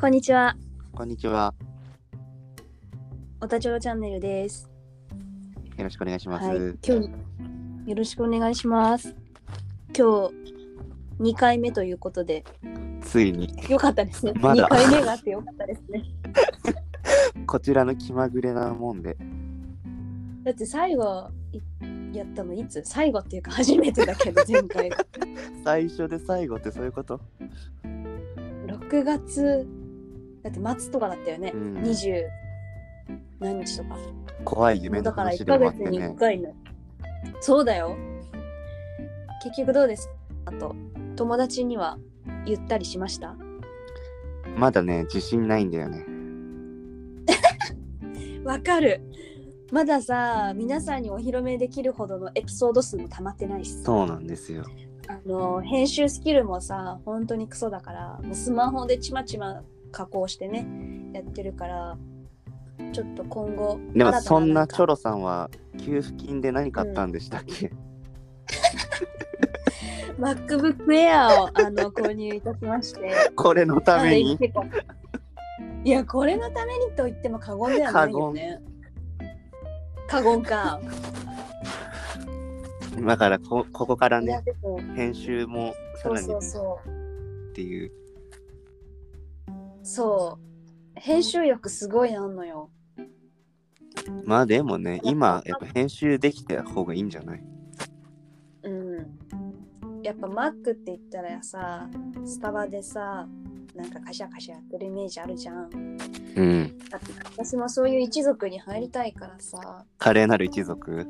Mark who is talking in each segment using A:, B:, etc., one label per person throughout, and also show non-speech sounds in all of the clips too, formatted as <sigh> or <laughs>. A: こんにちは、
B: こんにちは。
A: おたちょろチャンネルです。
B: よろしくお願いします。
A: はい、今日よろしくお願いします。今日2回目ということで、
B: ついに、
A: よかったですね。
B: まだ
A: 2回目があってよかったですね。
B: こちらの気まぐれなもんで、
A: だって最後いやったのいつ最後っていうか初めてだ
B: <laughs>
A: けど、前回が。
B: 最初で最後ってそういうこと
A: 6月、だって末とかだったよね
B: う。ん
A: 20何日とか。
B: 怖い夢の
A: だから1
B: 話で
A: ヶ
B: もあっ
A: 月
B: て
A: に
B: ね
A: 1。回の。そうだよ。結局どうですあと、友達には言ったりしました
B: まだね、自信ないんだよね。
A: わかる。まださ、皆さんにお披露目できるほどのエピソード数も溜まってないしさ、
B: そうなんですよ。
A: あの編集スキルもさ、本当にクソだから、もうスマホでちまちま加工してね、やってるから、ちょっと今後、
B: で
A: 新た
B: も、そんなチョ
A: ろ
B: ロさんは、給付金で何買ったんでしたっけ、
A: MacBook Air をあの購入いたしまして、
B: これのため
A: まだ生
B: に
A: きてこいや、これのためにと言っても過言ではないよね。過言か。
B: だからこ、ここから
A: いや
B: ね、
A: でも
B: 編集もさ
A: そう
B: らに
A: そう
B: っ
A: そう。
B: ていう。
A: そう編集力すごいあんのよ
B: まあでもね、今、やっぱ編集できた方がいいんじゃない
A: うんやっぱ Mac って言ったらさスタバでさなんかカシャカシャやってるイメージあるじゃん
B: うん。
A: だって私もそういう一族に入りたいからさ
B: 華麗なる一族。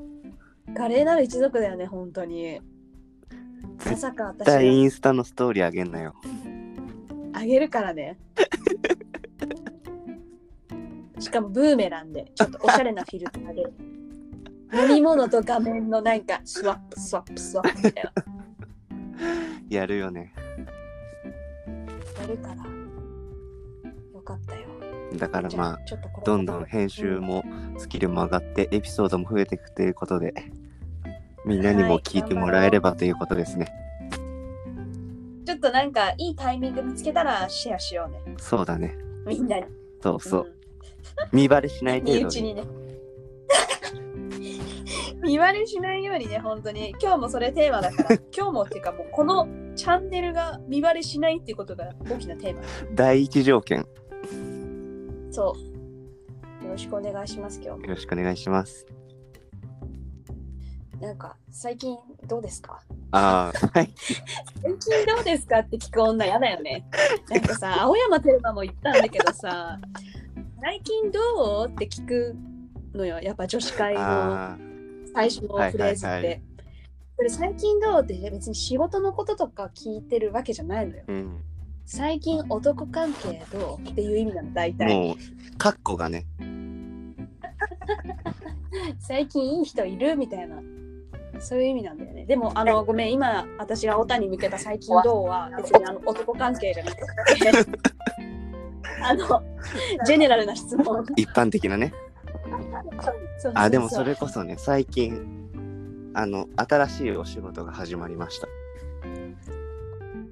A: 華麗なる一族だよね本当にまさか
B: 絶対イ
A: 私
B: ンスタのストーリーあげんなよ。
A: あげるから
B: <laughs>
A: ねしかもブーメランでちょっとおしゃれなフィルターで飲み物と画面のなんかスワップスワップスワップみたいな
B: やるよね。
A: やるからよかったよ。
B: だから
A: じゃ
B: まあ、
A: ちょっとこれ
B: どんどん編集もスキルも上がってエピソードも増えていくということでみんなにも聞いてもらえればということですね、
A: ちょっとなんかいいタイミング見つけたらシェアしようね。
B: そうだね
A: みんなに。
B: そうそう、
A: ん
B: 見バレしない程
A: 身
B: 度
A: 内
B: に
A: にね。 <laughs> 見割れしないようにね、本当に。今日もそれテーマだ
B: <laughs>
A: から。今日もっていうかもうこのチャンネルが見割れしないっていうことが大きなテーマ。
B: 第一条件よ
A: そう。よろしくお願いします、今日も。
B: ろしくお願いします
A: なんか最近どうですか
B: ああはい
A: 最近どうですかって聞く女やだよ
B: <laughs>
A: ね。なんかさ、青山テルマも言ったんだけどさ、最近どうって聞くのよ。やっぱ女子会の
B: あ
A: 最初のフレーズ
B: は
A: っ
B: いはいは
A: て。それ最近どうって別に仕事のこととか聞いてるわけじゃないのよ。
B: ーうん
A: 最近男関係どうっていう意味なの、大体。
B: もうカッコがね
A: 最近いい人いるみたいな。そういう意味なんだよね。でも、あの、ごめん、今、私がオタに向けた最近どうは、別にあの男関係じゃ
B: <laughs>
A: なくて、あの、ジェネラルな質問。
B: 一般的なね
A: そう
B: あでも
A: う
B: そうれこそね最近あの新しいお仕事が始まりました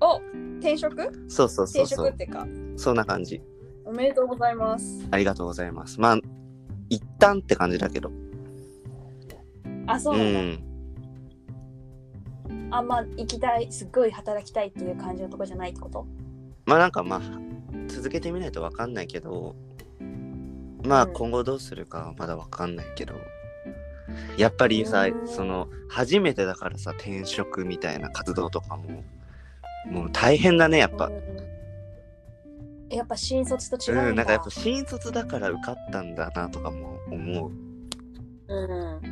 A: お転職
B: そうそう
A: 転
B: そうそ
A: 職っ
B: う
A: てか、
B: そんな感じ
A: おめでとうございます。
B: ありがとうございますまあ一旦って感じだけど
A: あ、そう
B: う
A: なんだ。
B: ん
A: あんま行きたい、すっごい働きたいっていう感じのとこじゃないってこと
B: まあなんかまあ続けてみないとわかんないけどまあ
A: うん
B: 今後どうするかはまだわかんないけど、やっぱりさ
A: うん
B: その初めてだからさ転職みたいな活動とかももう大変だねやっぱ
A: うんうんやっぱ新卒と違
B: う、
A: うんんだ、
B: なんかやっぱ新卒だから受かったんだなとかも思う
A: うん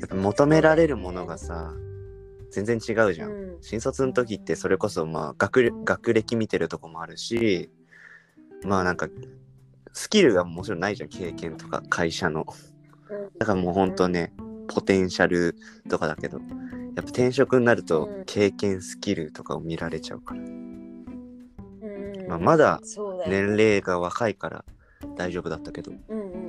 B: やっぱ求められるものがさ全然違うじゃん、
A: うん
B: 新卒の時ってそれこそまあ学歴学歴見てるとこもあるしまあなんかスキルがもちろんないじゃん経験とか会社のだからもうほんとねポテンシャルとかだけどやっぱ転職になると
A: うん
B: 経験スキルとかを見られちゃうから、
A: うんうん
B: まあ、まだ
A: そうだよね
B: 年齢が若いから大丈夫だったけど
A: うんうんうんうんう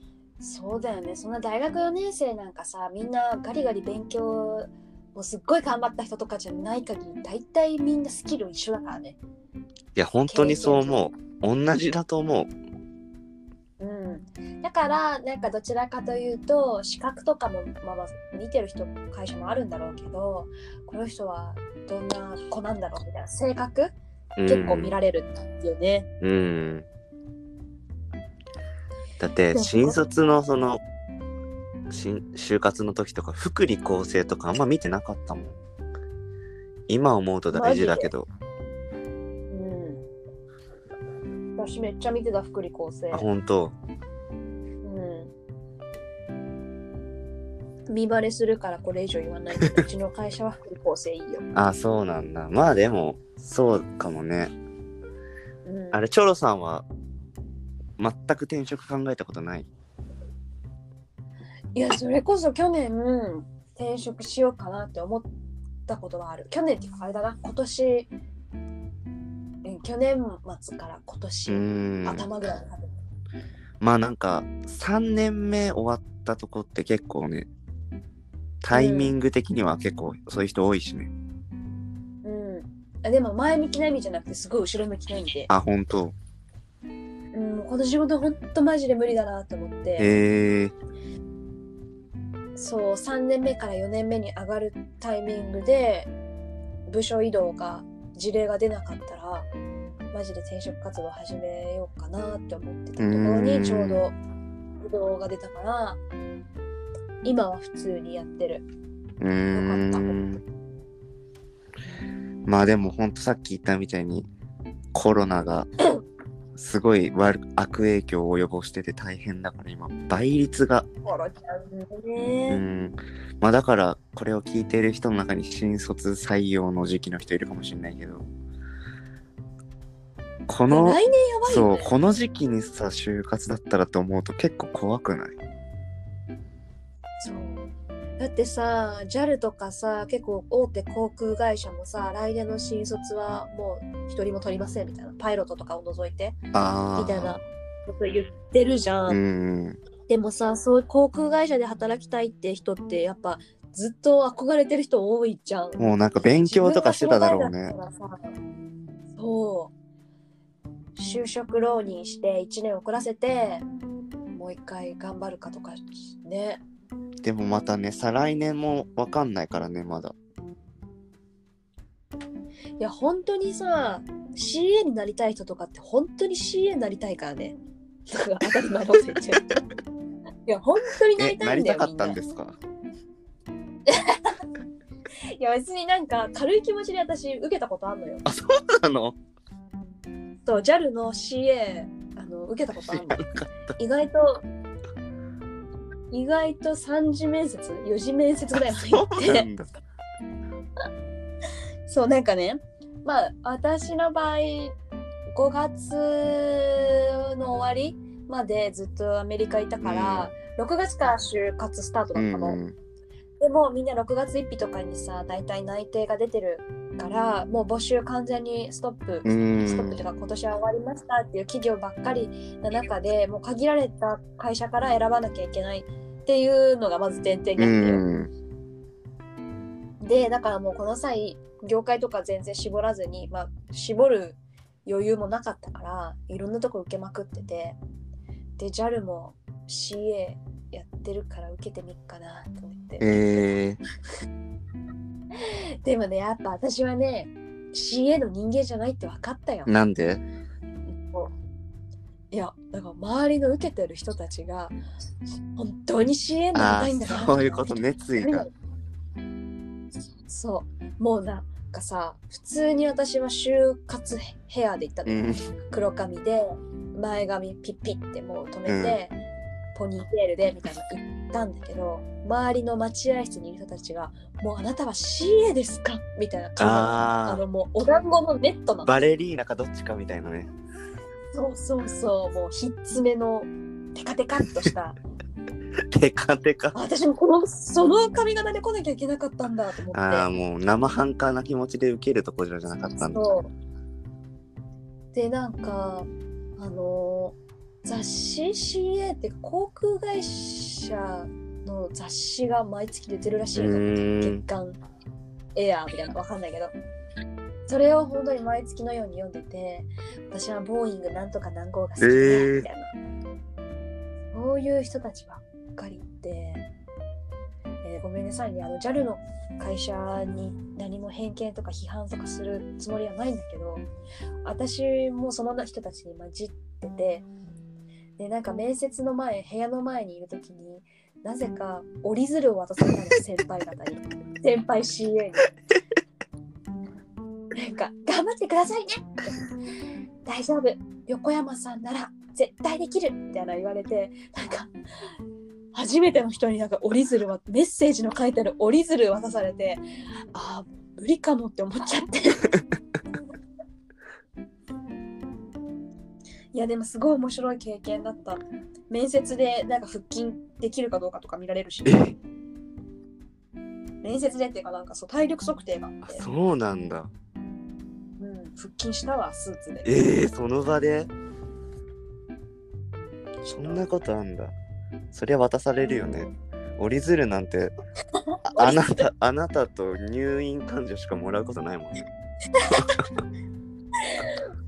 A: んそうだよねそんな大学4年生なんかさみんなガリガリ勉強もうすっごい頑張った人とかじゃない限り大体みんなスキル一緒だからね
B: いや、本当にそう思う。同じだと思う。
A: うん、だからなんかどちらかというと資格とかも、まあ、まあ見てる人会社もあるんだろうけどこの人はどんな子なんだろうみたいな性格
B: うん、
A: 結構見られるよね。
B: うん。だって、新卒のその、新就活の時とか、福利厚生とかあんま見てなかったもん。今思うと大事だけど、
A: うん、私めっちゃ見てた福利厚生
B: あ、。本当
A: うん、見バレするからこれ以上言わないけどうちの会社は福利厚生いいよ。
B: あ、そうなんだ。まあでも、そうかもね。
A: うん、
B: あれ、チョロさんは、全く転職考えたことない。
A: いやそれこそ去年転職しようかなって思ったことはある去年っていうかあれだな今年うん去年末から今
B: う
A: 年、
B: ん。
A: 頭ぐらいにかけて
B: まあなんか3年目終わったとこって結構ねタイミング的には結構そういう人多いしね、
A: うん、でも前向きな意味じゃなくてすごい後ろ向きな意味で、
B: あ本当
A: うん、この仕事ほんとマジで無理だなと思って
B: へえ
A: そう3年目から4年目に上がるタイミングで部署移動が事例が出なかったらマジで転職活動始めようかなって思ってたところ
B: うーん
A: にちょうど移動が出たから今は普通にやってる
B: うーんまあでもほんとさっき言ったみたいにコロ
A: <laughs>
B: ナがすごい悪悪影響を及ぼしてて大変だから今倍率が
A: コロちゃん
B: う
A: ね、
B: んまあだからこれを聞いてる人の中に新卒採用の時期の人いるかもしれないけどこ
A: 来
B: の
A: 年やばいよ
B: そう、この時期にさ、就活だったらと思うと結構怖くない
A: そうだってさ JAL とかさ結構大手航空会社もさ来年の新卒はもう一人も取りませんみたいなパイロットとかを除いて
B: ああ。
A: みたいなこと言ってるじゃ、
B: うんん。
A: でもさそういう航空会社で働きたいって人ってやっぱずっと憧れてる人多いじゃん
B: もうなんか勉強とかしてただろう
A: 自
B: ね
A: 分。がその前だったらさそう就職浪人して1年遅らせてもう一回頑張るかとかね
B: でもまたね、再来年もわかんないからね、まだ。
A: いや本当にさ CA になりたい人とかって本当に CA になりたいからね。なんか当たり前のこと言っちゃう。
B: <laughs>
A: いや本当にな
B: え、
A: り
B: な
A: たい
B: り
A: んだ
B: た
A: よ。。
B: かったんですすか
A: いや別になんか軽い気持ちで私受けたことあんのよ。
B: あ、そうな
A: <laughs>
B: の
A: そう JAL の CA あの受けたことあ
B: 知
A: んの
B: ら。なかっ
A: 意外と意外と3次面接4次面接ぐらい
B: た。
A: まで行っ
B: そうな
A: て
B: んだ。
A: そうなんかねまあ私の場合5月の終わりまでずっとアメリカいたから、6月から就活スタートだ
B: う
A: ったの、 <laughs>
B: ん。
A: でもみんな6月1日とかにさ大体内定が出てるからもう募集完全にストップ、
B: う
A: ストップと。
B: ん
A: いうか今年は終わりましたっていう企業ばっかりの中でもう限られた会社から選ばなきゃいけないっていうのがまず前提に
B: う
A: あって、
B: ん。
A: でだからもうこの際業界とか全然絞らずに、まあ、絞る余裕もなかったからいろんなとこ受けまくっててで JAL も CA やってるから受けてみっかなと思って
B: えー、
A: でもねやっぱ私はね CA の人間じゃないって分かったよ。
B: なんで
A: もういやだから周りの受けてる人たちが本当に CA になり
B: あ
A: たいんだな
B: あ、そういうこと、熱意が。
A: そうもうなんかさ普通に私は就活ヘアで行ったの
B: う
A: よ、
B: ん。
A: 黒髪で前髪ピッピッってもう止めて、ポニーテールでみたいな行ったんだけど周りの待合室にいる人たちが「もうあなたは CA ですか?」みたいな顔
B: あー
A: あのもうお団子のネットなの
B: バレリーナかどっちかみたいなね。 <laughs>
A: そうそうそうもうひっつめのテカテカっと
B: <laughs>
A: した
B: テカテカ。
A: あ私もこのその髪型で来なきゃいけなかったんだと思って
B: ああ、もう生半可な気持ちで受けるところじゃなかったんだ。
A: そうでなんかあのー雑誌 CA って航空会社の雑誌が毎月出てるらしいの
B: うー
A: 月
B: ん
A: 刊エアーみたいなのわかんないけどそれを本当に毎月のように読んでて私はボーイングなんとか何号が好きだ
B: えー
A: みたいな、そういう人たちばっかりで、えーごめんなさいねあの JAL の会社に何も偏見とか批判とかするつもりはないんだけど私もその人たちに混じっててでなんか面接の前部屋の前にいる時になぜか折り鶴を渡されたの先輩方に先輩 CA に。なんか「頑張ってくださいね」大丈夫横山さんなら絶対できる」みたいな言われてなんか初めての人になんか折り鶴はメッセージの書いてある折り鶴渡されてああ無理かもって思っちゃって
B: <laughs>
A: いやでもすごい面白い経験だった面接でなんか腹筋できるかどうかとか見られるし
B: え
A: 面接でっていうかなんかそう体力測定があ
B: あ
A: って
B: そうなんだ
A: うん、腹筋したわスーツで
B: えー、その場でそんなことあんだそりゃ渡されるよね折り鶴なんてああなた <laughs> あなたと入院患者しかもらうことないもんね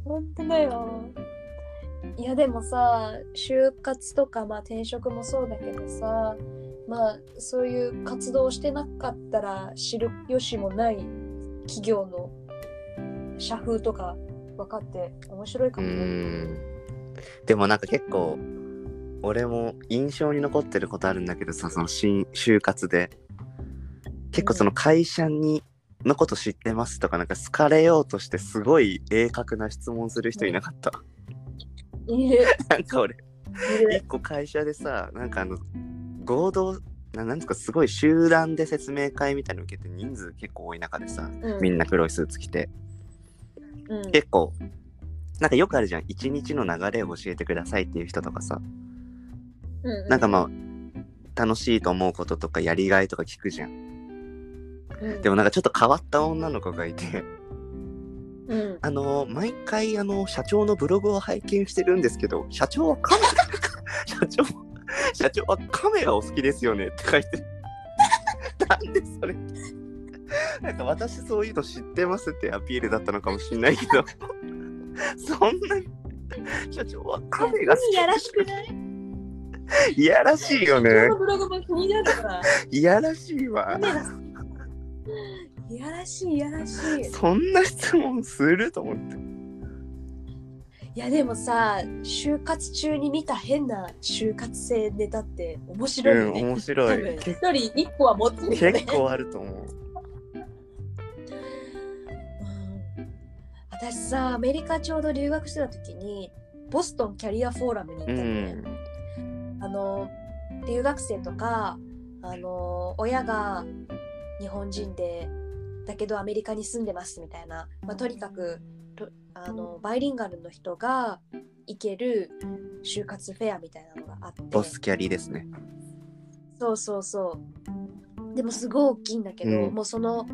A: 本当だよ。いやでもさ就活とか、まあ、転職もそうだけどさまあそういう活動をしてなかったら知る由もない企業の社風とか分かって面白いか
B: う
A: もね。
B: ーんでもなんか結構俺も印象に残ってることあるんだけどさその新就活で結構その会社にのこと知ってますとかなんか好かれようとしてすごい鋭角な質問する人いなかった、 <laughs>
A: いる
B: なんか俺
A: いる
B: 一個会社でさなんかあの合同ななんですかすごい集団で説明会みたいなの受けて人数結構多い中でさ
A: うん
B: <laughs> みんな黒いスーツ着て
A: うん
B: 結構なんかよくあるじゃん一日の流れを教えてくださいっていう人とかさ
A: うう
B: なんかまあ楽しいと思うこととかやりがいとか聞くじゃん
A: うん
B: でもなんかちょっと変わった女の子がいて
A: うん
B: あの毎回あの社長のブログを拝見してるんですけど社長は
A: <laughs>
B: カメ社長社長はカメがお好きですよねって書
A: <laughs>
B: いてるなんでそれなんか私そういうの知ってますってアピールだったのかもしれないけどそんなに社長はカメが好
A: いやらしくない
B: きいやらしいよね
A: 人のブログも気になる
B: <laughs>
A: から。
B: いやらしいわ
A: 目が好きいやらしいいやらしい。
B: そんな質問すると思って
A: いやでもさ就活中に見た変な就活生ネタって面白いよ
B: うん
A: ね、
B: 面
A: 多
B: 白
A: 分
B: い
A: 一
B: け
A: 人一個は持ってるよね
B: 結構あると思う
A: うん <laughs> 私さアメリカちょうど留学してた時にボストンキャリアフォーラムに行っ
B: う
A: たのね、
B: ん
A: あの留学生とかあの親が日本人でだけどアメリカに住んでますみたいな、まあ、とにかくとあのバイリンガルの人が行ける就活フェアみたいなのがあって
B: ボスキャリですね
A: そうそうそうでもすごい大きいんだけど、
B: うん
A: もうその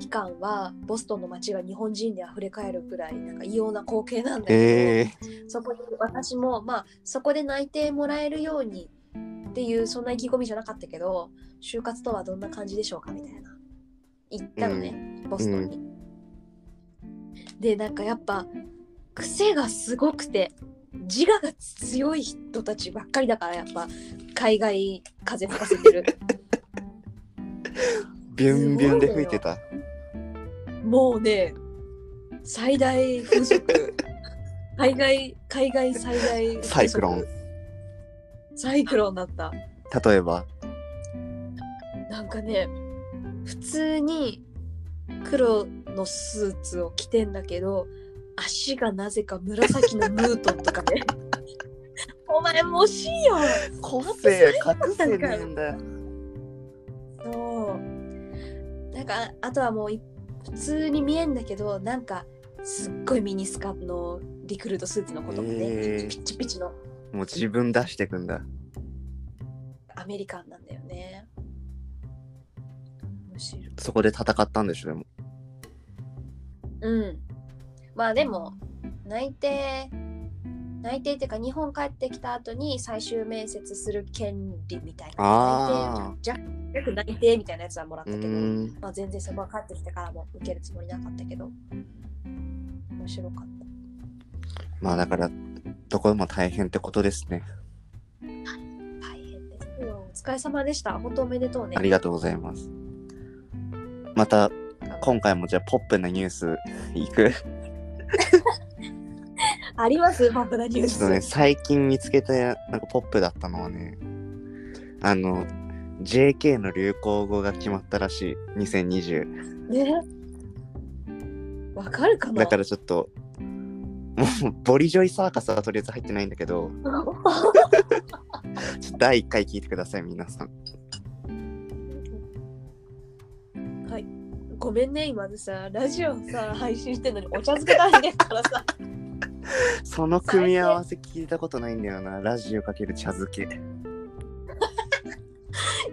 A: 期間はボストンの街が日本人で溢れ返るくらいなんか異様な光景なんだけど、
B: ええ
A: そこに私もまあそこで内定もらえるようにっていうそんな意気込みじゃなかったけど就活とはどんな感じでしょうかみたいな行ったのね、ボストンに。でなんかやっぱ癖がすごくて自我が強い人たちばっかりだからやっぱ海外風吹かせ
B: <laughs>
A: てる
B: ビュンビュンで吹いてた。
A: もうね最大風速海外海外最大風速
B: サイクロン
A: サイクロンだった
B: 例えば。
A: なんかね普通に黒のスーツを着てんだけど足がなぜか紫のムートンとかね <laughs> お前もう惜しいよ
B: 個
A: 性
B: 隠
A: せね
B: な
A: え
B: ん
A: ん
B: だ
A: そうなんかあとはもうい普通に見えんだけどなんかすっごいミニスカのリクルートスーツのこともね、
B: へえ
A: ピッチピチの
B: もう自分出してくんだ。
A: アメリカンなんだよね面白い
B: そこで戦ったんでしょ、でも。
A: うん。まあでも、内定内定っていうか日本帰ってきた後に最終面接する権利みたいな内
B: あ
A: 定弱弱内定みたいなやつはもらっ
B: う
A: たけど、
B: ーん
A: まあ、全然その帰ってきてからも受けるつもりなかったけど面白かった
B: まあだからどこでも大変ってことですね
A: 大変ですよお疲れ様でした本当おめでとうね
B: ありがとうございますまた今回もじゃあポップなニュースい <laughs> く
A: ありますパップなニ
B: ち
A: ュ
B: ょ
A: ー
B: っとね
A: ス
B: 最近見つけたなんかポップだったのはねあの JK の流行語が決まったらしい2020
A: ねわかるかな
B: だからちょっと、もう、ボリジョイサーカスはとりあえず入ってないんだけど、
A: <laughs>
B: ちょっと第1回聞いてください、皆さん。
A: はい。ごめんね、今でさ、ラジオさ、配信してんのにお茶漬け出してるからさ。 <laughs>
B: その組み合わせ聞いたことないんだよな、ラジオかける茶漬け。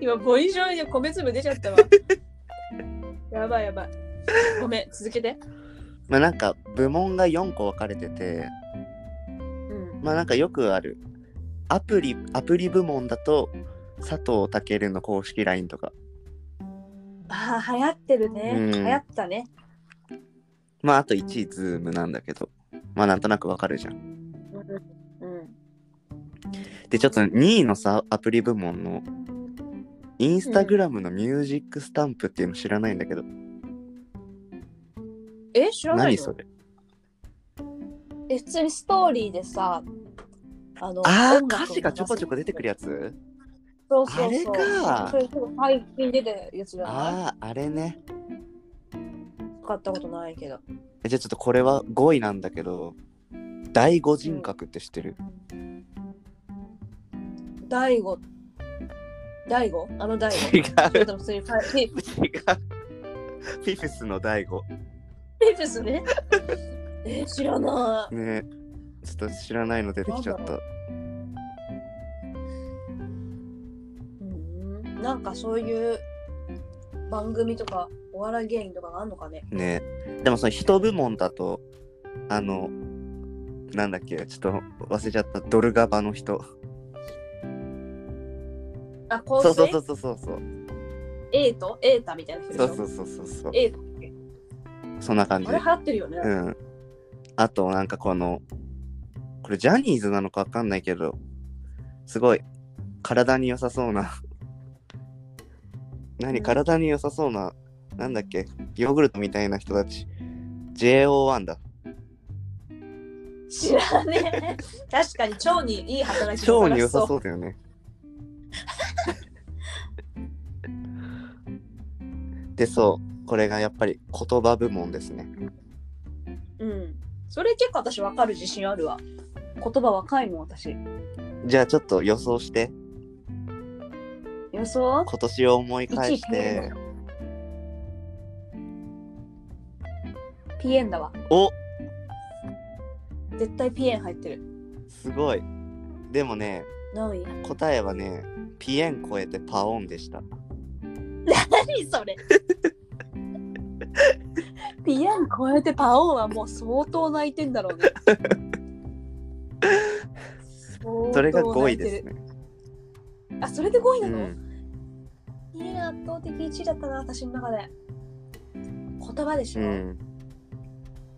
A: 今、ボリジョイで米粒出ちゃ <laughs> ったわ。やばいやばい。ごめん、続けて。
B: まあなんか、部門が4個分かれてて、
A: うん。
B: まあなんかよくある、アプリ、アプリ部門だと、佐藤健の公式 LINE とか、
A: ああ、流行ってるね。
B: うん
A: 流行ったね。
B: まああと1位、ズームなんだけど、まあなんとなくわかるじゃん。
A: うん。うん
B: で、ちょっと2位のさ、アプリ部門の、インスタグラムのミュージックスタンプっていうの知らないんだけど、
A: え、知らない
B: 何そ
A: の
B: れ
A: え、普通にストーリーでさ、あの、
B: ああ
A: 音楽を
B: 歌詞がちょこちょこ出てくるやつ
A: そうそうそう。
B: あれか
A: それ結構最近出てるやつじゃない
B: あああれね
A: 使ったことないけど。
B: えじゃあちょっとこれは5位なんだけど第五人格って知ってる、
A: 大悟大悟あの大悟
B: 違う
A: それとも普通にファイフ
B: 違うフィフスの第五
A: ィフスね <laughs> えー知らな
B: ねちょっと知らないの出てきちゃっ
A: なん
B: た
A: い、うん、なんかそういう番組とかお笑い芸人とかがあんのかね
B: ねでもその人部門だとあのなんだっけちょっと忘れちゃったドルガバの人
A: あ香
B: そう
A: 水
B: そうそうそうそうそう
A: エイトエータみたいな人でし
B: そ
A: ょ
B: うそうそうそうそう
A: エイト
B: そんな感じ
A: あれ流行ってるよね、
B: うん。あと、なんかこの、これジャニーズなのかわかんないけど、すごい、体に良さそうな、
A: う
B: 何、
A: ん
B: 体に良さそうな、なんだっけ、ヨーグルトみたいな人たち、JO1 だ。
A: 知らねえ <laughs> 確かに腸にいい働き
B: 超に良さ
A: う
B: そうだよね。で、そう、これがやっぱり言葉部門ですね。
A: うんそれ結構私わかる自信あるわ言葉若いもん私
B: じゃあちょっと予想して、
A: 予想
B: 今年を思い返し
A: 1位決め
B: て
A: る、ピエンだわ
B: お
A: 絶対ピエン入ってる
B: すごい。でもね、
A: 何位
B: 答えはね、ピエン超えてパオンでした。
A: <laughs> 何そ
B: <laughs>
A: れピエン超えてパオンはもう相当泣いてんだろうね。
B: <laughs> それが5位です
A: ね。
B: ね。
A: あ、それで5位
B: う
A: なの、
B: ん、
A: いや、圧倒的1位だったな、私の中で。言葉でし
B: う
A: ょ、
B: ん。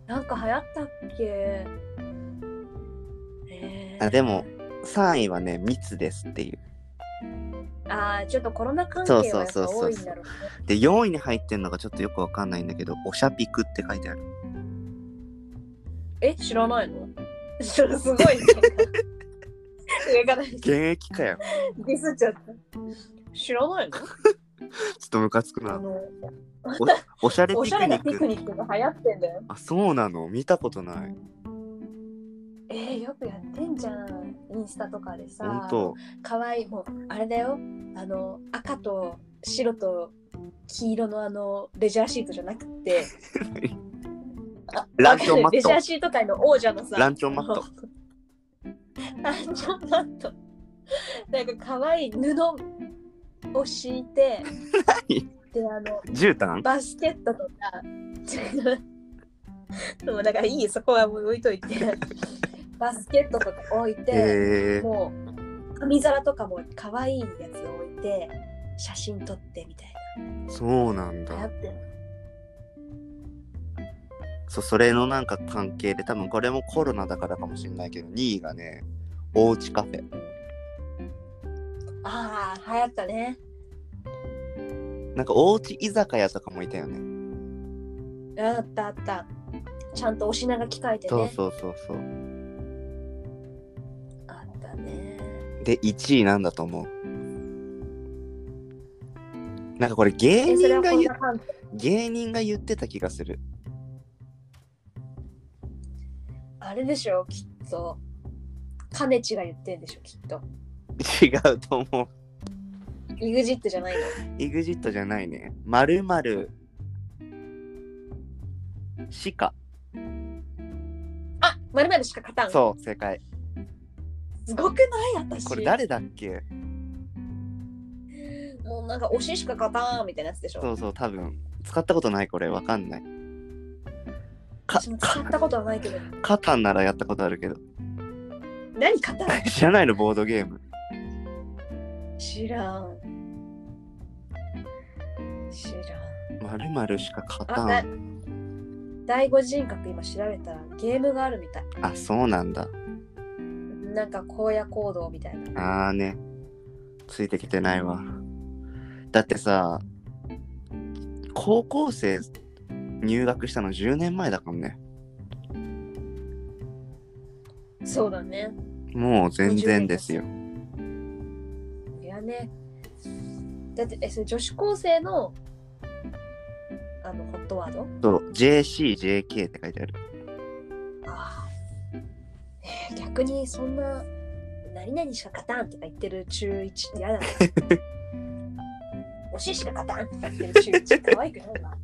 A: なんか流行ったっけえー
B: あでも、3位はね、密ですっていう。
A: あーちょっとコロナ関係
B: そう
A: は
B: そ
A: や
B: う
A: っ
B: そう
A: ぱ
B: そう
A: 多いんだろうね。
B: で、4位に入ってんのがちょっとよくわかんないんだけど、おしゃピクって書いてある。
A: え、知らない
B: <laughs>
A: のそれすごいね。上からデ
B: 現役かよ。
A: ィスっちゃった。知らないの
B: <laughs> ちょっとムカつく
A: <laughs> あ
B: な。
A: の
B: おしゃれ
A: お
B: ピ
A: しゃ
B: ク
A: れ
B: ニ
A: な
B: ッ
A: ピ
B: ク。
A: クニックが流行ってんだよ。
B: あ、そうなの見たことない。
A: えー、よくやってんじゃん。インスタとかで
B: ほん
A: さ。
B: と。
A: かわいい。もう、あれだよ。あの、赤と白と黄色のあの、レジャーシートじゃなくて。あ
B: ランチョンマット
A: <laughs> レジャーシート界の王者のさ。
B: ランチョンマット。
A: ランチョンマット。なんかかわいい布を敷いて。
B: 何
A: で、あの、
B: 絨毯
A: バスケットとか、違うでもだからいい、そこはもう置いといて。バスケットとか置いて、
B: えー、
A: もう紙皿とかも可愛いやつを置いて写真撮ってみたい
B: そうなん
A: な。流行
B: だ。
A: ってる
B: そう、それのなんか関係で、多分これもコロナだからかもしれないけど、2位がね、おうちカフェ。
A: ああ流行ったね。
B: なんかおうち居酒屋とかもいたよね。
A: あったあった。ちゃんとお品書き書いてね。
B: そうそうそうそう。
A: あったね。
B: で、1位なんだと思う。なんかこれ芸
A: えそれ
B: 人
A: は
B: が
A: こん
B: 言
A: な感じ
B: 芸人が言ってた気がする。
A: あれでしょきっと。かねちが言ってんでしょきっと。
B: 違うと思う。
A: イグジットじゃないの。
B: EXIT じゃないね。まるまるしか。
A: あまるまるしか勝たん。
B: そう、正解。
A: すごくない私。
B: これ誰だっけ
A: もうなんか推ししか勝たんみたいなやつでしょ。
B: そうそう、多分。使ったことないこれ、わかんない。か
A: 私も、使っ
B: か、
A: たことはないけど。
B: カタンならやったことあるけど。
A: 何勝たん
B: 知らないの、ボードゲーム。
A: 知らん。知らん。
B: まるまるしかカタ
A: あ、だ
B: ン。
A: 第五人格今調べたらゲームがあるみたい。
B: あ、そうなんだ。
A: なんか荒野行動みたいな。
B: あーね。ついてきてないわ。だってさ、高校生入学したの10年前だからね。
A: そうだね。
B: もう全然ですよ。
A: いやね。だって、え、それ女子高生の、あの、ホットワード
B: そう、JCJK って書いてある。 <laughs>
A: ああ。えー逆にそんな、何々しか勝たんとか言ってる中1、嫌だな。推ししか勝たんとか言ってる中1、可愛くないな。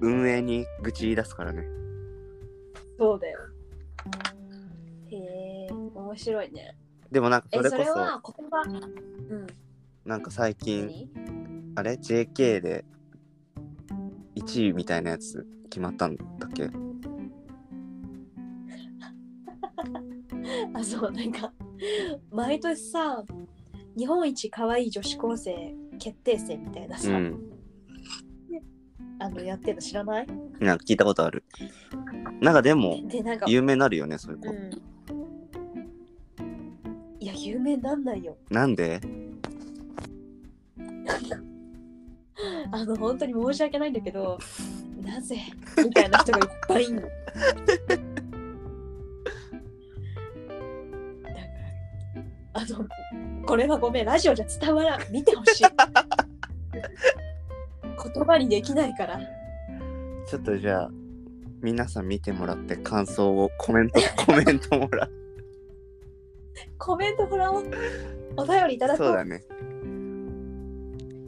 B: 運営に愚痴言い出すからね。
A: そうだよ。へえ、面白いね。
B: でもなんか
A: え、
B: そ
A: そ
B: れ
A: れ
B: こそ、
A: は言葉。うん。
B: なんか最近、
A: 何 <laughs>
B: あれ ?JK で1位みたいなやつ決まったんだっけ
A: あそうなんか毎年さ日本一可愛い女子高生決定戦みたいな
B: う
A: さ、
B: ん。
A: あのやってるの知らない
B: なんか聞いたことある。なんかでも、
A: でなんか、
B: 有名になるよね、そういう子。
A: うん、いや有名なんないよ
B: なんで
A: あの本当に申し訳ないんだけどな <laughs> ぜみたいな人がいっぱいいるのだからあのこれはごめんラジオじゃ伝わらん見てほしい言葉にできないから
B: ちょっとじゃあ、皆さん見てもらって感想をコメン <laughs> ト、コメントもら <laughs> う。
A: コメントほらおお便りいただこう
B: そうだね。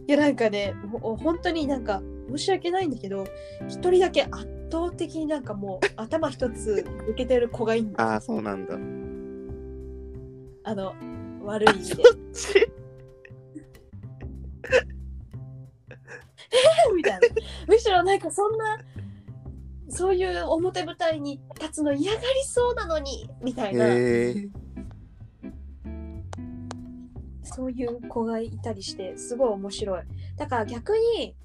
A: いやなんかねもう本当になんか申し訳ないんだけど一人だけ圧倒的になんかもう頭一つ抜けてる子がいんのあ
B: ああ、そうなんだ。
A: の悪い意味でみ
B: <laughs>
A: たいなむしろなんかそんなそういう表舞台に立つの嫌がりそうなのにみたいな、
B: へえ。
A: そういう子がいたりしてすごい面白いだから逆に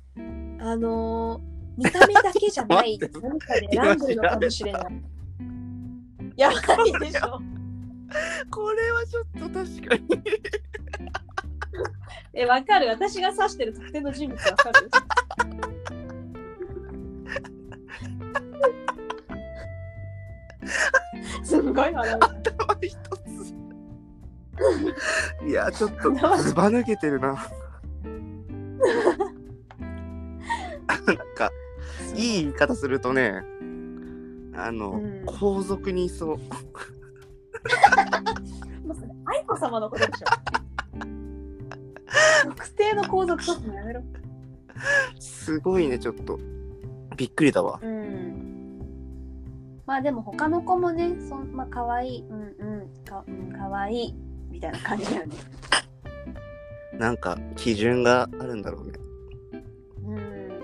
A: あのー見た目だけじゃない
B: <laughs> ちょっと
A: 何かで選んでるのかもしれないやばいでしょ
B: これはちょっと確かに。
A: えわかる私が指してる特定の人物わか <laughs> るすんごい笑う
B: 頭一つ。いや、ちょっとずば抜けてるな。なんか、いい言い方するとね、あの、
A: うん
B: 皇族にいそう。
A: もうそれ愛子様のことでしょ特定の皇族とかもやめろ
B: すごいね、ちょっと。びっくりだわ。
A: うん。まあでも他の子もね、そんまあ可愛い、うんうん、か、うん、可愛いみたいな感じだよね。
B: なんか、基準があるんだろうね。
A: うん。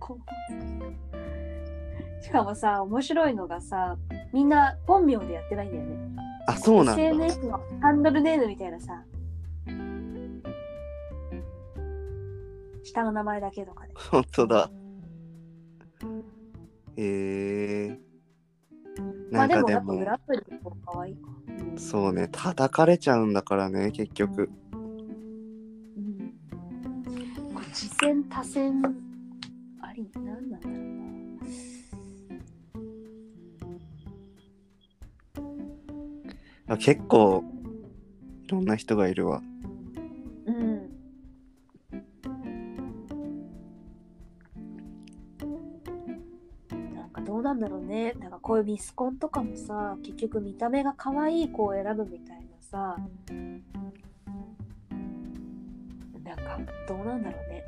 A: こうしかもさ、面白いのがさ、みんな本名でやってないんだよね。
B: あ、そうなんだ。
A: SNS のハンドルネームみたいなさ。下の名前だけとかで。
B: 本当だ。へえ
A: ま
B: な
A: あで
B: んか
A: も
B: で
A: やっぱ
B: も
A: グ、ランプリの方が可愛いか。うん
B: そうね、叩かれちゃうんだからね、結局。
A: うんこう次戦多戦ありなんなんだろう
B: あ結構、いろんな人がいるわ。
A: な。うん。なんかどうなんだろうね。なんかこういうミスコンとかもさ、結局見た目が可愛い子を選ぶみたいなさ。なんかどうなんだろうね。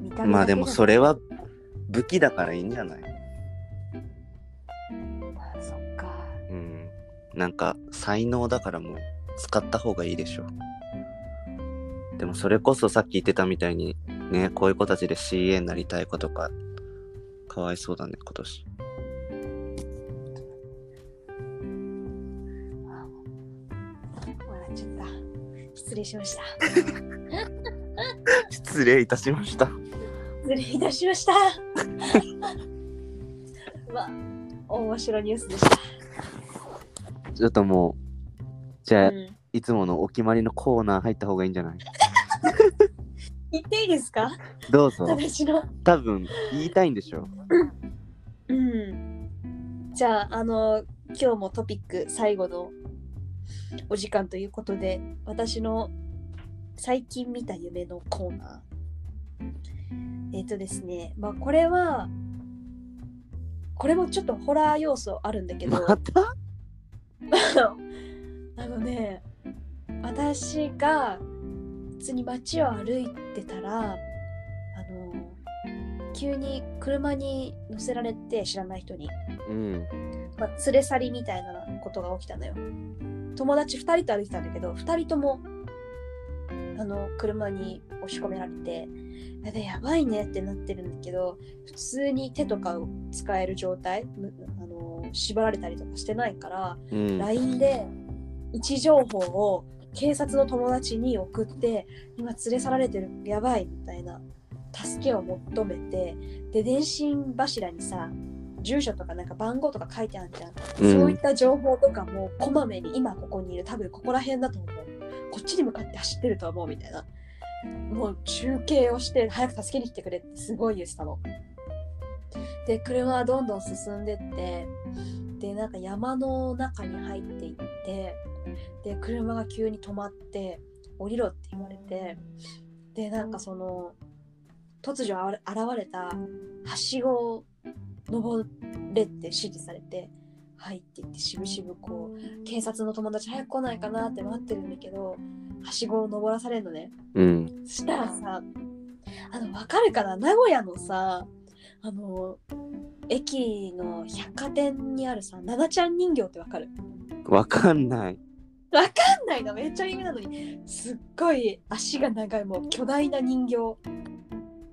A: 見た目
B: まあ
A: だけじ
B: で
A: ゃ
B: もそれは武器だからいいんじゃない
A: まあそっか。
B: うん。なんか才能だからもう使った方がいいでしょ。でもそれこそさっき言ってたみたいにね、こういう子たちで CA になりたい子とか、かわいそうだね、今年。
A: あ笑っちゃった。失礼しました。
B: 失礼いたしました。
A: 失礼いたしま
B: <laughs>
A: した。まあ、面白いニュースでした。
B: ちょっともう、じゃあ、
A: うん
B: いつものお決まりのコーナー入った方がいいんじゃない
A: 言っていいですか
B: どうぞ。
A: 私の。
B: 多分言いたいんでしょ
A: うん。じゃあ、あの、今日もトピック最後のお時間ということで、私の最近見た夢のコーナー。えっ、とですね、まあ、これは、これもちょっとホラー要素あるんだけど、
B: また
A: あのね私が普通に街を歩いてたらあの急に車に乗せられて知らない人に、
B: うん。
A: まあ、連れ去りみたいなことが起きたのよ友達2人と歩いてたんだけど2人ともあの車に押し込められてやべやばいねってなってるんだけど普通に手とかを使える状態むあの縛られたりとかしてないから
B: うん。
A: LINE で位置情報を警察の友達に送って今連れ去られてるやばいみたいな助けを求めてで電信柱にさ住所とかなんか番号とか書いてあるじゃん、
B: うん
A: そういった情報とかもこまめに今ここにいる多分ここら辺だと思うこっちに向かって走ってると思うみたいなもう中継をして早く助けに来てくれってすごい言ってたので車はどんどん進んでってでなんか山の中に入っていってで車が急に止まって降りろって言われてでなんかその突如あら現れたはしごを登れって指示されて「はい」って言ってしぶしぶこう警察の友達早く来ないかなって待ってるんだけどはしごを登らされるのね。
B: うん。
A: そしたらさあの分かるかな名古屋のさあの駅の百貨店にあるさななちゃん人形って分かる
B: わかんない。
A: 分かんないのめっちゃ有名なのにすっごい足が長いもう巨大な人形
B: わ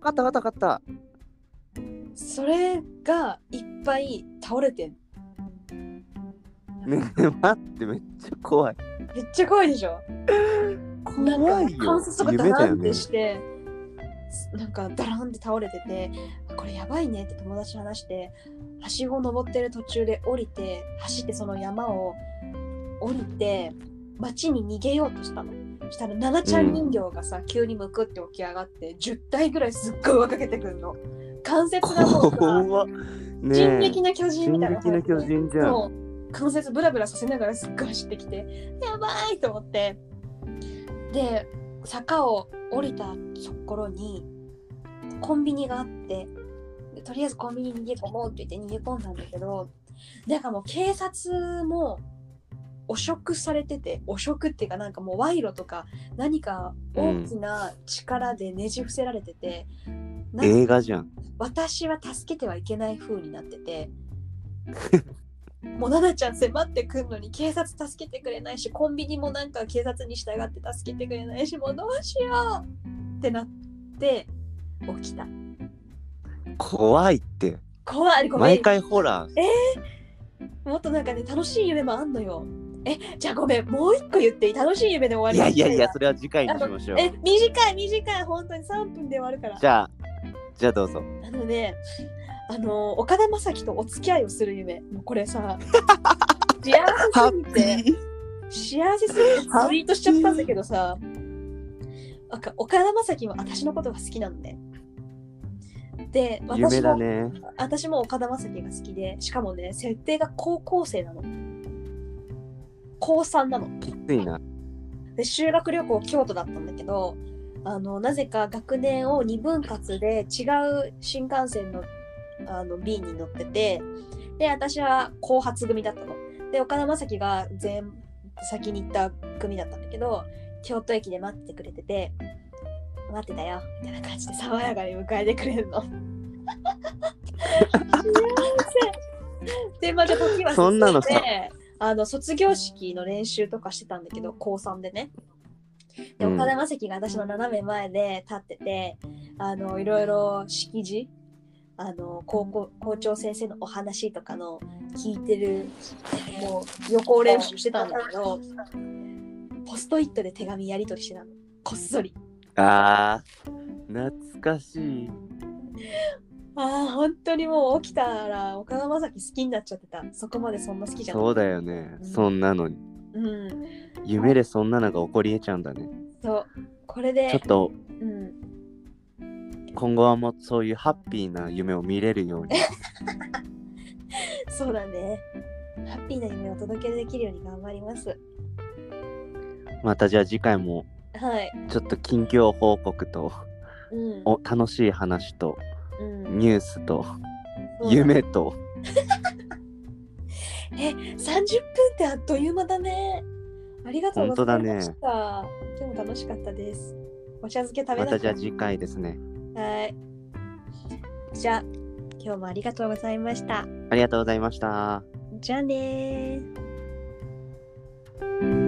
B: かったわかったわかっ
A: それがいっぱい倒れてん
B: た。ねえ、待って、めっちゃ怖い。
A: めっちゃ怖いでしょ
B: 怖い
A: なんか関
B: よ
A: 節と。かダ
B: 夢だ
A: ラ
B: よ
A: ンっ
B: ね
A: て。して、なんかダランって倒れててあこれやばいねって友達と話してはしごを登ってる途中で降りて走ってその山を降りて町に逃げようとしたのそしたら奈々ちゃん人形がさ、急にむくって起き上がって10体ぐらいすっごい追いかけてくる
B: <laughs>
A: の関節がもうさ
B: 怖っ。ね
A: 人
B: え。
A: 力の巨人みたいな
B: 進撃の巨人じゃん。
A: そう関節ブラブラさせながらすっごい走ってきてやばいと思ってで坂を降りたところにコンビニがあってでとりあえずコンビニに逃げ込もうって言って逃げ込んだんだけどなんかもう警察も汚職されてて汚職っていうかなんかもう賄賂とか何か大きな力でねじ伏せられてて、なんか
B: 映画じゃん。
A: 私は助けてはいけない風になっててもう奈々ちゃん迫ってくんのに警察助けてくれないしコンビニもなんか警察に従って助けてくれないしもうどうしようってなって起きた
B: 怖いって。
A: 怖いごめ
B: 毎
A: ん
B: 回ホラー。
A: もっとなんかね、楽しい夢もあんのよ。え、じゃあごめん、もう一個言っていい楽しい夢で終
B: い
A: わ
B: や
A: り
B: いやいや、それは次回にしましょう。
A: え、短い、短い、本当に3分で終わるから。
B: じゃあ、じゃあどうぞ。
A: あのね、あの、岡田将生とお付き合いをする夢。もうこれ
B: <laughs>
A: さ、幸せ
B: ハ
A: すぎ
B: ッピ
A: て、
B: ー。
A: 幸せすぎてツイートしちゃったんだけどさ、なんか岡田将生は私のことが好きなのね。で、
B: 夢
A: 私
B: だ
A: も、
B: ね。
A: 私も岡田将生が好きで、しかもね、設定が高校生なの。高3なの。
B: きついな。
A: で修学旅行京都だったんだけどあのなぜか学年を2分割で違う新幹線のあの B に乗っててで私は後発組だったの。で岡田将生が前先に行った組だったんだけど京都駅で待ってくれてて「待ってたよ」みたいな感じで爽やかに迎えてくれる
B: <laughs>
A: の。幸せでまた時は進で
B: そんなのさ
A: あの卒業式の練習とかしてたんだけど高3でね。で
B: うん
A: 岡田将生が私の斜め前で立ってて、あのいろいろ式辞あの高校校長先生のお話とかの聞いてるもう予行練習してたんだけどポストイットで手紙やり取りしてたのこっそり
B: あー、懐かしい。
A: ああ本当にもう起きたら岡田将生好きになっちゃってたそこまでそんな好きじゃない
B: そうだよね。そんなの、
A: うん
B: 夢でそんなのが起こりえちゃうんだね。
A: そうこれ
B: ちょ
A: で
B: っと、
A: うん
B: 今後はもうそういうハッピーな夢を見れ
A: <laughs>
B: るように。
A: そうだねハッピーな夢をお届けできるように頑張ります
B: またじゃあ次回も、
A: はい
B: ちょっと近況報告と、
A: うん
B: お楽しい話と、
A: うん
B: ニュースと、
A: そうだね
B: 夢と、
A: 30分ってあっという間だね。ありがとうございました。今日も楽しかったです。お茶漬け食べな
B: また
A: が
B: じゃあ次回ですね。
A: ら。はい。じゃあ、今日もありがとうございました。
B: ありがとうございました。
A: じゃあねー。